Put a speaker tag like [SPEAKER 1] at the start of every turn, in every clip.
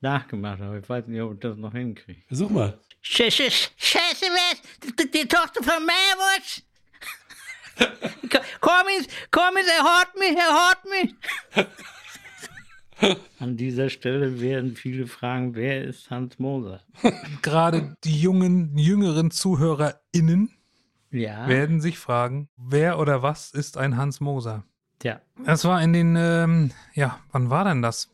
[SPEAKER 1] nachgemacht, aber ich weiß nicht, ob ich das noch hinkriege.
[SPEAKER 2] Versuch mal.
[SPEAKER 3] Scheiße, Scheiße, was? Die, die Tochter von Meerwurz? Kommens, Kommens, er hört mich, er hört mich.
[SPEAKER 1] An dieser Stelle werden viele fragen, wer ist Hans Moser?
[SPEAKER 4] Gerade die jungen, jüngeren ZuhörerInnen
[SPEAKER 1] Ja,
[SPEAKER 4] werden sich fragen, wer oder was ist ein Hans Moser?
[SPEAKER 1] tja,
[SPEAKER 4] Das war in den, ähm, ja, wann war denn das?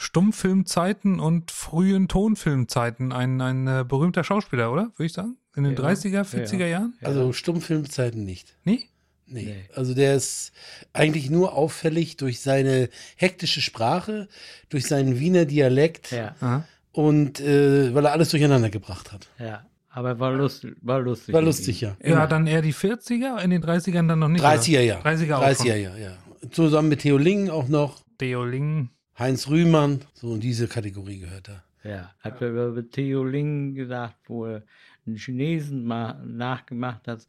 [SPEAKER 4] Stummfilmzeiten und frühen Tonfilmzeiten ein, ein äh, berühmter Schauspieler, oder? Würde ich sagen? In den
[SPEAKER 1] Ja,
[SPEAKER 4] 30er, 40er
[SPEAKER 1] ja.
[SPEAKER 4] Jahren?
[SPEAKER 2] Also Stummfilmzeiten nicht.
[SPEAKER 4] Nee?
[SPEAKER 2] Nee.
[SPEAKER 1] Nee.
[SPEAKER 2] Also der ist eigentlich nur auffällig durch seine hektische Sprache, durch seinen Wiener Dialekt
[SPEAKER 1] ja,
[SPEAKER 4] Aha.
[SPEAKER 2] und äh, weil er alles durcheinander gebracht hat.
[SPEAKER 1] ja. Aber war lustig. War lustig.
[SPEAKER 2] War
[SPEAKER 1] mit
[SPEAKER 2] lustig, ja.
[SPEAKER 4] Ja, dann eher die 40er, in den 30ern dann noch nicht. oder?
[SPEAKER 2] 30er Jahre.
[SPEAKER 4] 30er auch.
[SPEAKER 2] 30er Jahre, ja. Zusammen mit Theo Ling auch noch,
[SPEAKER 4] Deoling.
[SPEAKER 2] Heinz Rühmann, so in diese Kategorie gehört er.
[SPEAKER 1] ihm. Ja, hat er über Theo Ling gesagt, wo er einen Chinesen mal nachgemacht hat.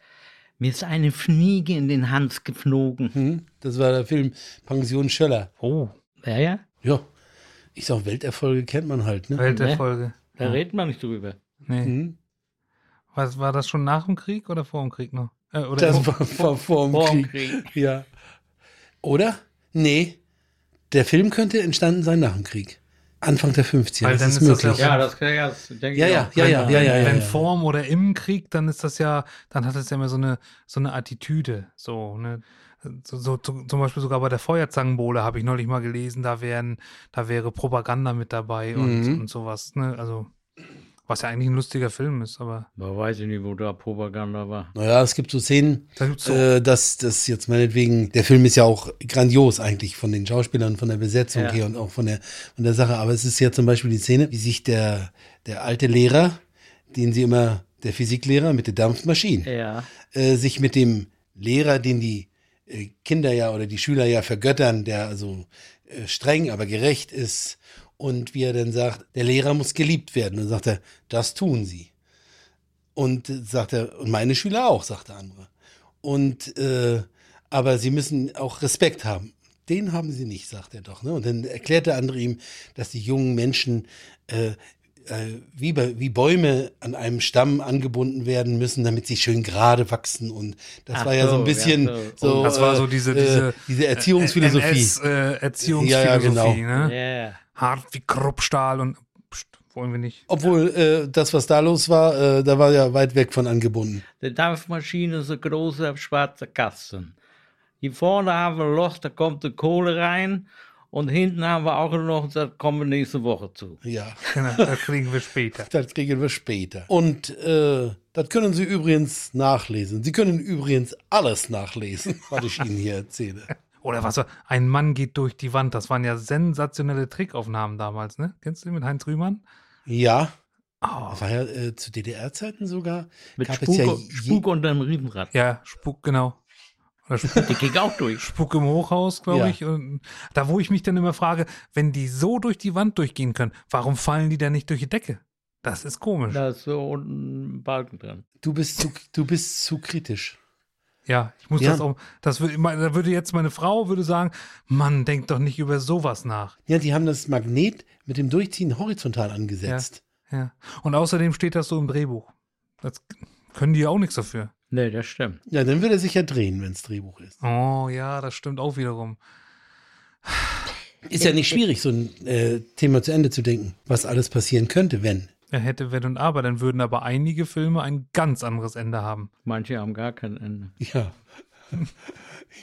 [SPEAKER 1] Mir ist eine Fliege in den Hans geflogen.
[SPEAKER 2] Hm? Das war der Film Pension Schöller.
[SPEAKER 4] Oh,
[SPEAKER 1] Ja, ja,
[SPEAKER 2] Ja, ich sag, Welterfolge kennt man halt, ne?
[SPEAKER 4] Welt der
[SPEAKER 1] Ne?
[SPEAKER 4] Folge.
[SPEAKER 1] da redet man nicht drüber.
[SPEAKER 4] Nee.
[SPEAKER 2] Hm?
[SPEAKER 4] Was, war das schon nach dem Krieg oder vor dem Krieg noch? Äh, oder
[SPEAKER 2] Das
[SPEAKER 4] im-
[SPEAKER 2] war, war vor dem
[SPEAKER 1] Vor dem
[SPEAKER 2] Krieg. Ja. Oder? Nee. Der Film könnte entstanden sein nach dem Krieg. Anfang der 50er.
[SPEAKER 4] Weil
[SPEAKER 2] das
[SPEAKER 4] dann
[SPEAKER 2] ist
[SPEAKER 4] ist das
[SPEAKER 2] möglich.
[SPEAKER 1] Ja, das, kann- ja, das denke
[SPEAKER 2] Ja,
[SPEAKER 1] ich genau.
[SPEAKER 2] ja,
[SPEAKER 1] auch.
[SPEAKER 2] ja, ja, ja, ja, ja,
[SPEAKER 4] Wenn
[SPEAKER 2] ja.
[SPEAKER 4] vorm oder im Krieg, dann ist das ja, dann hat es ja mehr so eine, so eine Attitüde. So, ne? So, so, zu- zum Beispiel sogar bei der Feuerzangenbowle habe ich neulich mal gelesen, da wären, da wäre Propaganda mit dabei und,
[SPEAKER 2] Mhm.
[SPEAKER 4] und sowas, ne? Also, was ja eigentlich ein lustiger Film ist, aber
[SPEAKER 1] Man weiß ich nicht, wo da Propaganda war.
[SPEAKER 2] Naja, es gibt so Szenen,
[SPEAKER 4] da gibt's so
[SPEAKER 2] äh, dass das jetzt meinetwegen, der Film ist ja auch grandios eigentlich von den Schauspielern, von der Besetzung
[SPEAKER 1] Ja.
[SPEAKER 2] her und auch von der, von der Sache. Aber es ist ja zum Beispiel die Szene, wie sich der, der alte Lehrer, den sie immer, der Physiklehrer mit der Dampfmaschine,
[SPEAKER 1] Ja,
[SPEAKER 2] äh, sich mit dem Lehrer, den die äh, Kinder ja oder die Schüler ja vergöttern, der also äh, streng, aber gerecht ist. Und wie er dann sagt, der Lehrer muss geliebt werden. Und dann sagt er, das tun sie. Und äh, sagt er, und meine Schüler auch, sagt der andere. Und äh, aber sie müssen auch Respekt haben. Den haben sie nicht, sagt er doch. Ne? Und dann erklärt der andere ihm, dass die jungen Menschen äh, äh, wie, bei, wie Bäume an einem Stamm angebunden werden müssen, damit sie schön gerade wachsen. Und das
[SPEAKER 1] Ach
[SPEAKER 2] war ja so ein
[SPEAKER 1] so,
[SPEAKER 2] bisschen
[SPEAKER 1] ja, so.
[SPEAKER 2] so.
[SPEAKER 4] Das war so
[SPEAKER 2] äh,
[SPEAKER 4] diese-
[SPEAKER 2] äh,
[SPEAKER 4] diese,
[SPEAKER 2] diese Erziehungsphilosophie.
[SPEAKER 4] NS, äh, Erziehungsphilosophie,
[SPEAKER 2] Ja, ja, genau.
[SPEAKER 4] ne?
[SPEAKER 1] ja.
[SPEAKER 4] Hart wie Kruppstahl und pst, wollen wir nicht.
[SPEAKER 2] Obwohl äh, das, was da los war, äh, da war ja weit weg von angebunden.
[SPEAKER 1] Die Dampfmaschine ist ein großer schwarzer Kasten. Hier vorne haben wir ein Loch, da kommt die Kohle rein. Und hinten haben wir auch ein Loch, da kommen wir nächste Woche zu.
[SPEAKER 2] Ja,
[SPEAKER 4] Genau, das kriegen wir später.
[SPEAKER 2] das kriegen wir später. Und äh, das können Sie übrigens nachlesen. Sie können übrigens alles nachlesen, was ich Ihnen hier erzähle.
[SPEAKER 4] Oder was? war- Ein Mann geht durch die Wand. Das waren ja sensationelle Trickaufnahmen damals, ne? Kennst du die mit Heinz Rühmann?
[SPEAKER 2] Ja,
[SPEAKER 4] Oh.
[SPEAKER 2] war ja äh, zu DDR-Zeiten sogar.
[SPEAKER 1] Mit
[SPEAKER 2] gab
[SPEAKER 1] Spuk,
[SPEAKER 2] es ja je-
[SPEAKER 1] Spuk unter dem Riemenrad.
[SPEAKER 4] Ja, Spuk, genau. Oder Spuk,
[SPEAKER 1] Die ging auch durch.
[SPEAKER 4] Spuk im Hochhaus, glaube
[SPEAKER 2] Ja.
[SPEAKER 4] ich. Und da, wo ich mich dann immer frage, wenn die so durch die Wand durchgehen können, warum fallen die dann nicht durch die Decke? Das ist komisch.
[SPEAKER 1] Da ist so unten ein Balken drin.
[SPEAKER 2] du, bist zu, du bist zu kritisch.
[SPEAKER 4] Ja, ich muss
[SPEAKER 2] Ja.
[SPEAKER 4] das auch. Das würde, da würde jetzt meine Frau würde sagen, Mann, denk doch nicht über sowas nach.
[SPEAKER 2] Ja, die haben das Magnet mit dem Durchziehen horizontal angesetzt.
[SPEAKER 4] Ja. Und außerdem steht das so im Drehbuch. Das können die ja auch nichts dafür.
[SPEAKER 1] Nee, das stimmt.
[SPEAKER 2] Ja, dann würde er sich ja drehen, wenn es Drehbuch ist.
[SPEAKER 4] Oh ja, das stimmt auch wiederum.
[SPEAKER 2] Ist ja nicht schwierig, so ein äh, Thema zu Ende zu denken, was alles passieren könnte, wenn.
[SPEAKER 4] Er hätte Wenn und Aber, dann würden aber einige Filme ein ganz anderes Ende haben.
[SPEAKER 1] Manche haben gar kein Ende.
[SPEAKER 2] Ja.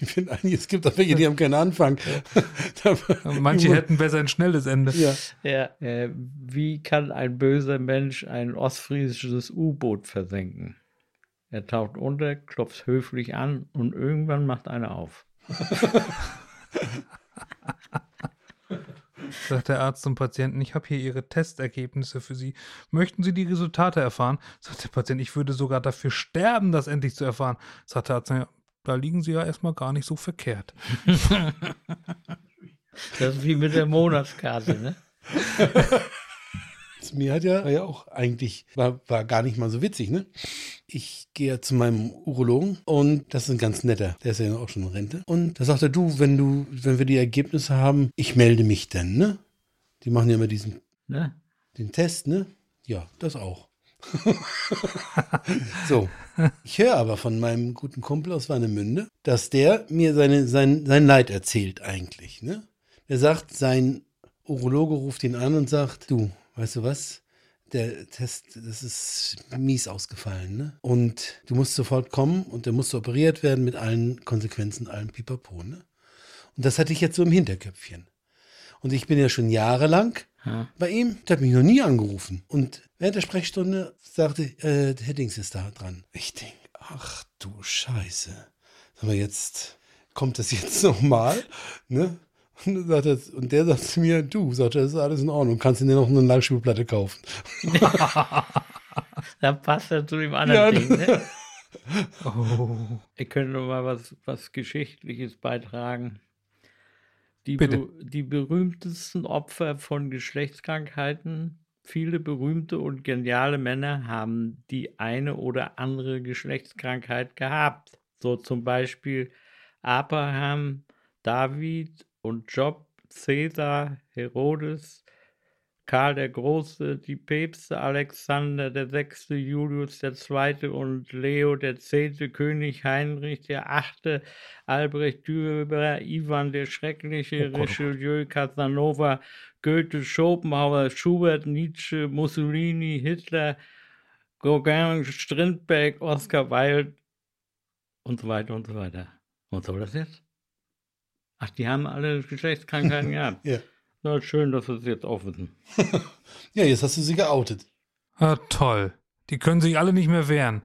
[SPEAKER 2] Ich finde eigentlich, es gibt auch welche, die haben keinen Anfang. Da-
[SPEAKER 4] Manche hätten besser ein schnelles Ende.
[SPEAKER 2] Ja.
[SPEAKER 1] Ja, äh, wie kann ein böser Mensch ein ostfriesisches U-Boot versenken? Er taucht unter, klopft höflich an und irgendwann macht einer auf.
[SPEAKER 4] sagt der Arzt zum Patienten, ich habe hier Ihre Testergebnisse für Sie. Möchten Sie die Resultate erfahren? Sagt der Patient, ich würde sogar dafür sterben, das endlich zu erfahren. Sagt der Arzt, "Ja, da liegen Sie ja erstmal gar nicht so verkehrt.
[SPEAKER 1] Das ist wie mit der Monatskarte, ne?
[SPEAKER 2] Zu Mir hat ja, war ja auch eigentlich, war, war gar nicht mal so witzig, ne? Ich gehe ja zu meinem Urologen und das ist ein ganz netter, der ist ja auch schon in Rente. Und da sagt er, du, wenn du, wenn wir die Ergebnisse haben, ich melde mich dann, ne? Die machen ja immer diesen
[SPEAKER 1] ne?
[SPEAKER 2] den Test, ne? Ja, das auch. so, ich höre aber von meinem guten Kumpel aus Warnemünde, dass der mir seine, sein, sein Leid erzählt eigentlich, ne? Der sagt, sein Urologe ruft ihn an und sagt, du, weißt du was? Der Test, das ist mies ausgefallen, ne? Und du musst sofort kommen und der musst operiert werden mit allen Konsequenzen, allem Pipapo, ne? Und das hatte ich jetzt so im Hinterköpfchen. Und ich bin ja schon jahrelang
[SPEAKER 1] Ja.
[SPEAKER 2] bei ihm, der hat mich noch nie angerufen. Und während der Sprechstunde sagte, äh, der Heddings ist da dran. Ich denke, ach du Scheiße. Sag mal, jetzt kommt das jetzt nochmal, ne? Und, dann sagt er, und der sagt zu mir, du, sagt er, das ist alles in Ordnung, kannst du dir noch eine Langspielplatte kaufen.
[SPEAKER 1] Da passt er zu dem anderen
[SPEAKER 2] Ja.
[SPEAKER 1] Ding, ne?
[SPEAKER 4] Oh.
[SPEAKER 1] Ich könnte noch mal was, was Geschichtliches beitragen. Die,
[SPEAKER 4] Bitte.
[SPEAKER 1] be- die berühmtesten Opfer von Geschlechtskrankheiten, viele berühmte und geniale Männer haben die eine oder andere Geschlechtskrankheit gehabt. So zum Beispiel Abraham, David und Job, Caesar, Herodes, Karl der Große, die Päpste Alexander der Sechste, Julius der Zweite und Leo der Zehnte, König Heinrich der Achte, Albrecht Dürer, Ivan der Schreckliche,
[SPEAKER 4] Oh Gott, oh Gott.
[SPEAKER 1] Richelieu, Casanova, Goethe, Schopenhauer, Schubert, Nietzsche, Mussolini, Hitler, Gauguin, Strindberg, Oscar Wilde und so weiter und so weiter. Und so das jetzt? Ach, die haben alle Geschlechtskrankheiten gehabt.
[SPEAKER 2] Ja.
[SPEAKER 1] Na, schön, dass wir es jetzt auch wissen.
[SPEAKER 2] Ja, jetzt hast du sie geoutet.
[SPEAKER 4] Ah, toll. Die können sich alle nicht mehr wehren.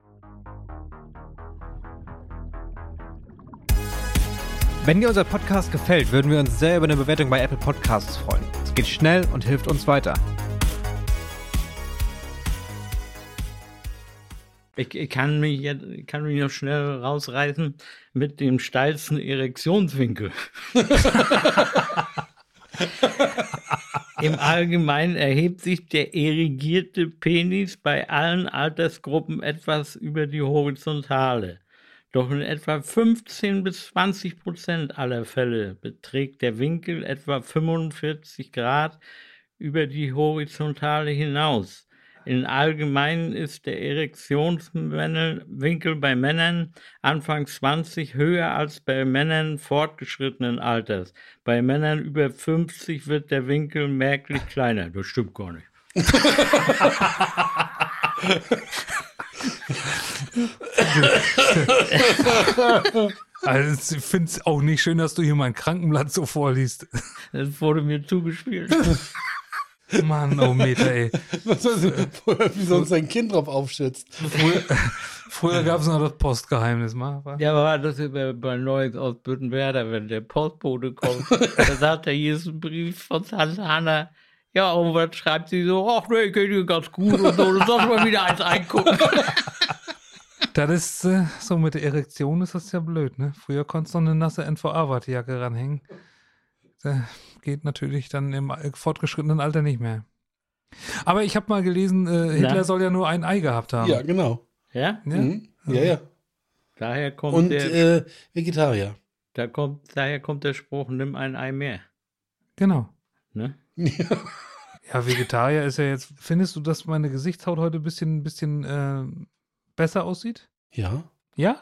[SPEAKER 5] Wenn dir unser Podcast gefällt, würden wir uns sehr über eine Bewertung bei Apple Podcasts freuen. Es geht schnell und hilft uns weiter.
[SPEAKER 1] Ich, ich kann mich jetzt, ich kann mich noch schnell rausreißen mit dem steilsten Erektionswinkel. Im Allgemeinen erhebt sich der erigierte Penis bei allen Altersgruppen etwas über die Horizontale. Doch in etwa 15 bis 20 Prozent aller Fälle beträgt der Winkel etwa 45 Grad über die Horizontale hinaus. In allgemein ist der Erektionswinkel bei Männern anfangs 20 höher als bei Männern fortgeschrittenen Alters. Bei Männern über 50 wird der Winkel merklich kleiner. Das stimmt gar nicht.
[SPEAKER 4] Also ich finde es auch nicht schön, dass du hier mein Krankenblatt so vorliest.
[SPEAKER 1] Das wurde mir zugespielt.
[SPEAKER 4] Mann, oh Meter, ey.
[SPEAKER 2] Was weiß ich, wo er wie sonst ein Kind drauf aufschützt.
[SPEAKER 4] Früher, früher gab es noch das Postgeheimnis, mal. wa?
[SPEAKER 1] Ja, aber das ist bei, bei Neues aus Büttenwerder, wenn der Postbote kommt, dann sagt er, hier ist ein Brief von Tante Hanna. Ja, und was schreibt sie so? Ach nee, ich kenne ganz gut und so. Du sollst mal wieder eins eingucken.
[SPEAKER 4] Das ist äh, so mit der Erektion ist das ja blöd, ne? Früher konntest du noch eine nasse NVA-Wartejacke ranhängen. Da geht natürlich dann im äh, fortgeschrittenen Alter nicht mehr. Aber ich habe mal gelesen, äh, Hitler
[SPEAKER 1] Na?
[SPEAKER 4] soll ja nur ein Ei gehabt haben.
[SPEAKER 2] Ja, genau.
[SPEAKER 1] Ja,
[SPEAKER 4] Ja?
[SPEAKER 2] Mhm. Ja, ja.
[SPEAKER 1] daher kommt
[SPEAKER 2] Und
[SPEAKER 1] der
[SPEAKER 2] äh, Vegetarier.
[SPEAKER 1] Da kommt, daher kommt der Spruch, nimm ein Ei mehr.
[SPEAKER 4] Genau.
[SPEAKER 1] Ne?
[SPEAKER 2] Ja.
[SPEAKER 4] Ja, Vegetarier ist ja jetzt. Findest du, dass meine Gesichtshaut heute ein bisschen, ein bisschen äh, besser aussieht?
[SPEAKER 2] ja.
[SPEAKER 4] Ja?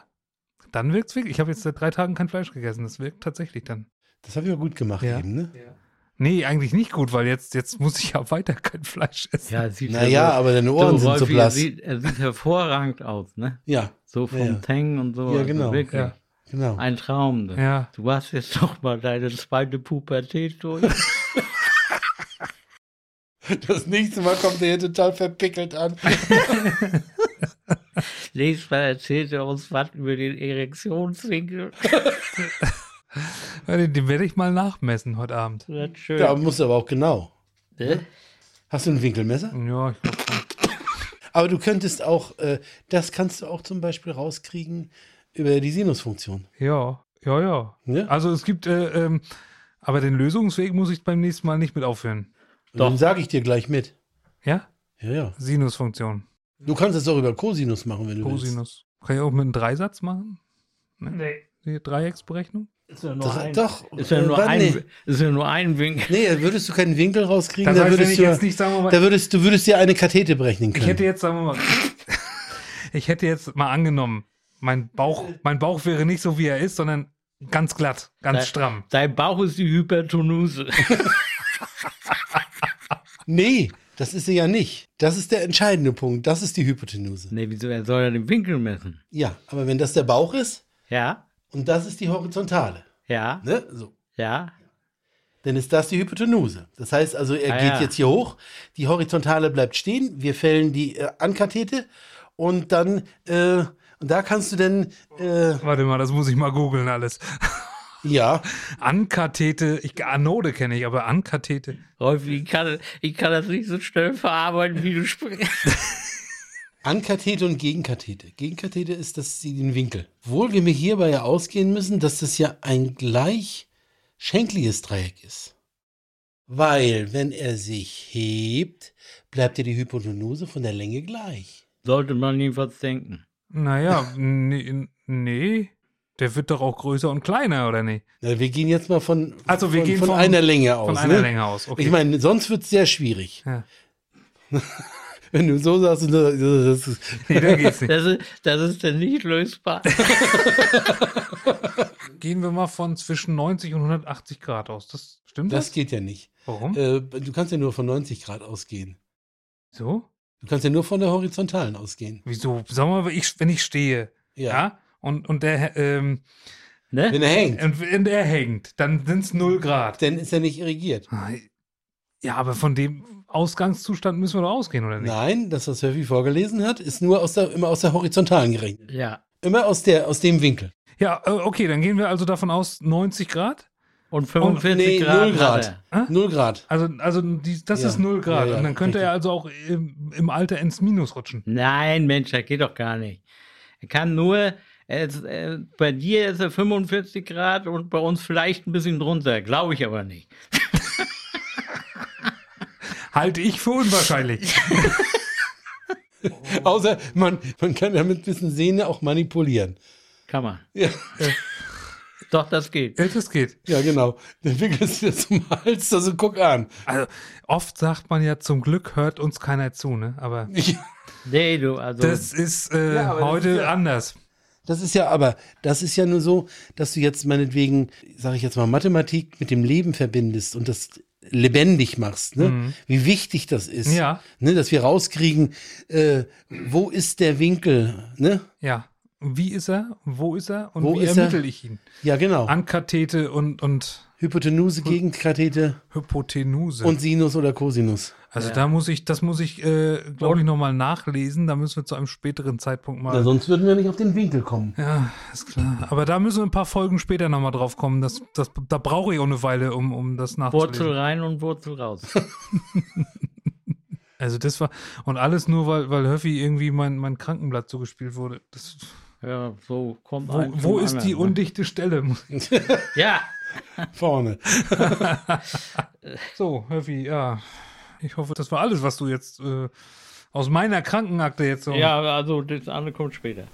[SPEAKER 4] Dann wirkt's wirklich. Ich habe jetzt seit drei Tagen kein Fleisch gegessen. Das wirkt tatsächlich dann.
[SPEAKER 2] Das habe ich mal gut gemacht
[SPEAKER 4] Ja.
[SPEAKER 2] eben, ne?
[SPEAKER 4] Nee, eigentlich nicht gut, weil jetzt, jetzt muss ich ja weiter kein Fleisch essen.
[SPEAKER 1] Ja, es sieht
[SPEAKER 2] Naja, aber deine
[SPEAKER 1] so-
[SPEAKER 2] Ohren
[SPEAKER 1] so,
[SPEAKER 2] sind so
[SPEAKER 1] Rolfi,
[SPEAKER 2] blass.
[SPEAKER 1] Er sieht, er sieht hervorragend aus, ne?
[SPEAKER 2] Ja,
[SPEAKER 1] So vom
[SPEAKER 2] Ja, ja.
[SPEAKER 1] Tang und so.
[SPEAKER 2] Ja, genau,
[SPEAKER 1] Also wirklich.
[SPEAKER 4] ja.
[SPEAKER 2] genau.
[SPEAKER 1] Ein Traum. Ne?
[SPEAKER 4] Ja.
[SPEAKER 1] Du hast jetzt doch mal deine zweite Pubertät durch.
[SPEAKER 2] Das nächste Mal kommt er hier total verpickelt an.
[SPEAKER 1] Nächstes Mal erzählt er uns was über den Erektionswinkel.
[SPEAKER 4] Ja, den, den werde ich mal nachmessen heute Abend.
[SPEAKER 1] Das ist schön. ne?
[SPEAKER 2] Da musst du aber auch genau.
[SPEAKER 1] Hä?
[SPEAKER 2] Hast du ein Winkelmesser?
[SPEAKER 4] Ja, ich glaub,
[SPEAKER 2] Aber du könntest auch, äh, das kannst du auch zum Beispiel rauskriegen über die Sinusfunktion.
[SPEAKER 4] ja, ja, ja.
[SPEAKER 2] Ne?
[SPEAKER 4] Also es gibt, äh, ähm, aber den Lösungsweg muss ich beim nächsten Mal nicht mit aufhören.
[SPEAKER 2] Und
[SPEAKER 1] Doch.
[SPEAKER 2] Dann sage ich dir gleich mit.
[SPEAKER 4] Ja?
[SPEAKER 2] Ja, ja.
[SPEAKER 4] Sinusfunktion.
[SPEAKER 2] Du kannst es auch über Cosinus machen, wenn du willst.
[SPEAKER 4] Cosinus. Kann ich auch mit einem Dreisatz machen?
[SPEAKER 1] Nee.
[SPEAKER 4] Die Dreiecksberechnung?
[SPEAKER 1] Ist ja nur
[SPEAKER 2] Doch,
[SPEAKER 1] ein,
[SPEAKER 2] doch.
[SPEAKER 1] Ist ja nur
[SPEAKER 2] Wann?
[SPEAKER 1] ein,
[SPEAKER 2] Nee.
[SPEAKER 1] ist ja nur ein Winkel.
[SPEAKER 2] nee, da würdest du keinen Winkel rauskriegen, da
[SPEAKER 4] heißt,
[SPEAKER 2] würdest, du,
[SPEAKER 4] nicht, sagen wir
[SPEAKER 2] da würdest du würdest dir eine Kathete berechnen
[SPEAKER 4] ich
[SPEAKER 2] können.
[SPEAKER 4] hätte jetzt, sagen wir mal, ich hätte jetzt mal angenommen, mein Bauch, mein Bauch wäre nicht so, wie er ist, sondern ganz glatt, ganz
[SPEAKER 1] Nein.
[SPEAKER 4] stramm.
[SPEAKER 1] Dein Bauch ist die Hypertonuse.
[SPEAKER 2] nee, das ist sie ja nicht. Das ist der entscheidende Punkt. Das ist die Hypotenuse.
[SPEAKER 1] nee, wieso? Er soll ja den Winkel messen.
[SPEAKER 2] Ja, aber wenn das der Bauch ist
[SPEAKER 1] Ja,
[SPEAKER 2] und das ist die Horizontale,
[SPEAKER 1] ja,
[SPEAKER 2] ne? so,
[SPEAKER 1] ja.
[SPEAKER 2] dann ist das die Hypotenuse. Das heißt also, er
[SPEAKER 1] Ah,
[SPEAKER 2] geht
[SPEAKER 1] ja.
[SPEAKER 2] jetzt hier hoch, die Horizontale bleibt stehen, wir fällen die äh, Ankathete und dann, äh, und da kannst du dann, äh,
[SPEAKER 4] Warte mal, das muss ich mal googeln alles.
[SPEAKER 2] ja,
[SPEAKER 4] Ankathete, ich, Anode kenne ich, aber Ankathete.
[SPEAKER 1] Rolf, ich kann, ich kann das nicht so schnell verarbeiten, wie du sprichst.
[SPEAKER 2] Ankathete und Gegenkathete. Gegenkathete ist das sie den Winkel. Obwohl wir mir hierbei ja ausgehen müssen, dass das ja ein gleichschenkliges Dreieck ist. Weil, wenn er sich hebt, bleibt ja die Hypotenuse von der Länge gleich.
[SPEAKER 1] Sollte man jedenfalls denken.
[SPEAKER 4] Naja, nee, nee. Der wird doch auch größer und kleiner, oder nicht?
[SPEAKER 2] Na, wir gehen jetzt mal von,
[SPEAKER 4] Also, wir
[SPEAKER 2] von,
[SPEAKER 4] gehen
[SPEAKER 2] von
[SPEAKER 4] vom-
[SPEAKER 2] einer Länge aus.
[SPEAKER 4] Von einer
[SPEAKER 2] ne?
[SPEAKER 4] Länge aus. Okay.
[SPEAKER 2] Ich meine, sonst wird es sehr schwierig.
[SPEAKER 4] Ja.
[SPEAKER 2] Wenn du so sagst, und das, das ist,
[SPEAKER 4] nee, da geht's nicht.
[SPEAKER 1] Das ist, das ist denn nicht lösbar.
[SPEAKER 4] Gehen wir mal von zwischen 90 und 180 Grad aus. Das stimmt
[SPEAKER 2] das
[SPEAKER 4] das?
[SPEAKER 2] geht ja nicht.
[SPEAKER 4] Warum?
[SPEAKER 2] Äh, du kannst ja nur von 90 Grad ausgehen.
[SPEAKER 4] so?
[SPEAKER 2] Du kannst ja nur von der Horizontalen ausgehen.
[SPEAKER 4] Wieso? Sag mal, wenn ich, wenn ich stehe, ja, und, und, der, ähm,
[SPEAKER 1] Ne?
[SPEAKER 2] Wenn er hängt,
[SPEAKER 4] und, und er hängt, dann sind es 0 Grad.
[SPEAKER 2] dann ist er nicht irrigiert.
[SPEAKER 4] Ja, aber von dem Ausgangszustand müssen wir doch ausgehen, oder nicht?
[SPEAKER 2] Nein, das, was Höffi vorgelesen hat, ist nur aus der, immer aus der Horizontalen gerechnet.
[SPEAKER 1] Ja.
[SPEAKER 2] Immer aus, der, aus dem Winkel.
[SPEAKER 4] Ja, äh, okay, dann gehen wir also davon aus 90 Grad.
[SPEAKER 1] Und 45
[SPEAKER 2] nee,
[SPEAKER 1] Grad.
[SPEAKER 2] null Grad.
[SPEAKER 1] hat er.
[SPEAKER 2] Null Grad.
[SPEAKER 4] Also, also die, das
[SPEAKER 2] Ja,
[SPEAKER 4] ist 0 Grad.
[SPEAKER 2] ja, ja,
[SPEAKER 4] und dann könnte er
[SPEAKER 2] richtig.
[SPEAKER 4] also auch im, im Alter ins Minus rutschen.
[SPEAKER 1] Nein, Mensch, das geht doch gar nicht. Er kann nur, er ist, äh, bei dir ist er 45 Grad und bei uns vielleicht ein bisschen drunter. Glaube ich aber nicht.
[SPEAKER 4] Halte ich für unwahrscheinlich.
[SPEAKER 2] Außer man, man kann ja mit ein bisschen Sehne auch manipulieren.
[SPEAKER 1] Kann man.
[SPEAKER 2] Ja,
[SPEAKER 1] Doch, das geht.
[SPEAKER 4] Ja, das geht.
[SPEAKER 2] ja genau. Dann wickelst du das zum Hals, also guck an.
[SPEAKER 4] Also, oft sagt man ja, zum Glück hört uns keiner zu, ne? Aber
[SPEAKER 2] Ich,
[SPEAKER 1] Nee, du, also.
[SPEAKER 4] das ist äh,
[SPEAKER 2] Ja, aber das
[SPEAKER 4] heute
[SPEAKER 2] ist ja-
[SPEAKER 4] anders.
[SPEAKER 2] das ist ja aber, das ist ja nur so, dass du jetzt meinetwegen, sage ich jetzt mal, Mathematik mit dem Leben verbindest und das lebendig machst, ne?
[SPEAKER 4] Mhm.
[SPEAKER 2] Wie wichtig das ist.
[SPEAKER 4] Ja.
[SPEAKER 2] Ne, dass wir rauskriegen, äh, wo ist der Winkel, ne?
[SPEAKER 4] Ja. Wie ist er? Wo ist er? Und
[SPEAKER 2] Wo
[SPEAKER 4] wie
[SPEAKER 2] ist er?
[SPEAKER 4] ermittle ich ihn?
[SPEAKER 2] Ja, genau.
[SPEAKER 4] Ankathete und, und
[SPEAKER 2] Hypotenuse, Gegenkathete
[SPEAKER 4] Hypotenuse.
[SPEAKER 2] und Sinus oder Cosinus.
[SPEAKER 4] also
[SPEAKER 1] Ja.
[SPEAKER 4] da muss ich, das muss ich, äh, glaube ich, nochmal nachlesen. Da müssen wir zu einem späteren Zeitpunkt mal.
[SPEAKER 2] sonst würden wir nicht auf den Winkel kommen.
[SPEAKER 4] ja, ist klar. Aber da müssen wir ein paar Folgen später nochmal drauf kommen. Das, das, da brauche ich auch eine Weile, um, um das
[SPEAKER 1] Wurzel
[SPEAKER 4] nachzulesen.
[SPEAKER 1] rein und Wurzel raus.
[SPEAKER 4] Also das war. Und alles nur, weil, weil Höffi irgendwie mein, mein Krankenblatt zugespielt wurde. Das,
[SPEAKER 1] Ja, so kommt
[SPEAKER 4] wo
[SPEAKER 1] ein zum
[SPEAKER 4] wo ist die
[SPEAKER 1] anderen, ne?
[SPEAKER 4] undichte Stelle?
[SPEAKER 1] Ja,
[SPEAKER 2] Vorne.
[SPEAKER 4] So, Höffi, ja. Ich hoffe, das war alles, was du jetzt äh, aus meiner Krankenakte jetzt so.
[SPEAKER 1] ja, also das andere kommt später.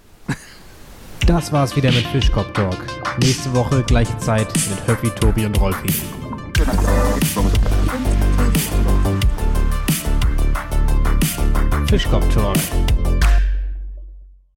[SPEAKER 5] Das war's wieder mit Fischkopf Talk. Nächste Woche gleiche Zeit mit Höppi, Tobi und Rolfi. Fischkopf Talk.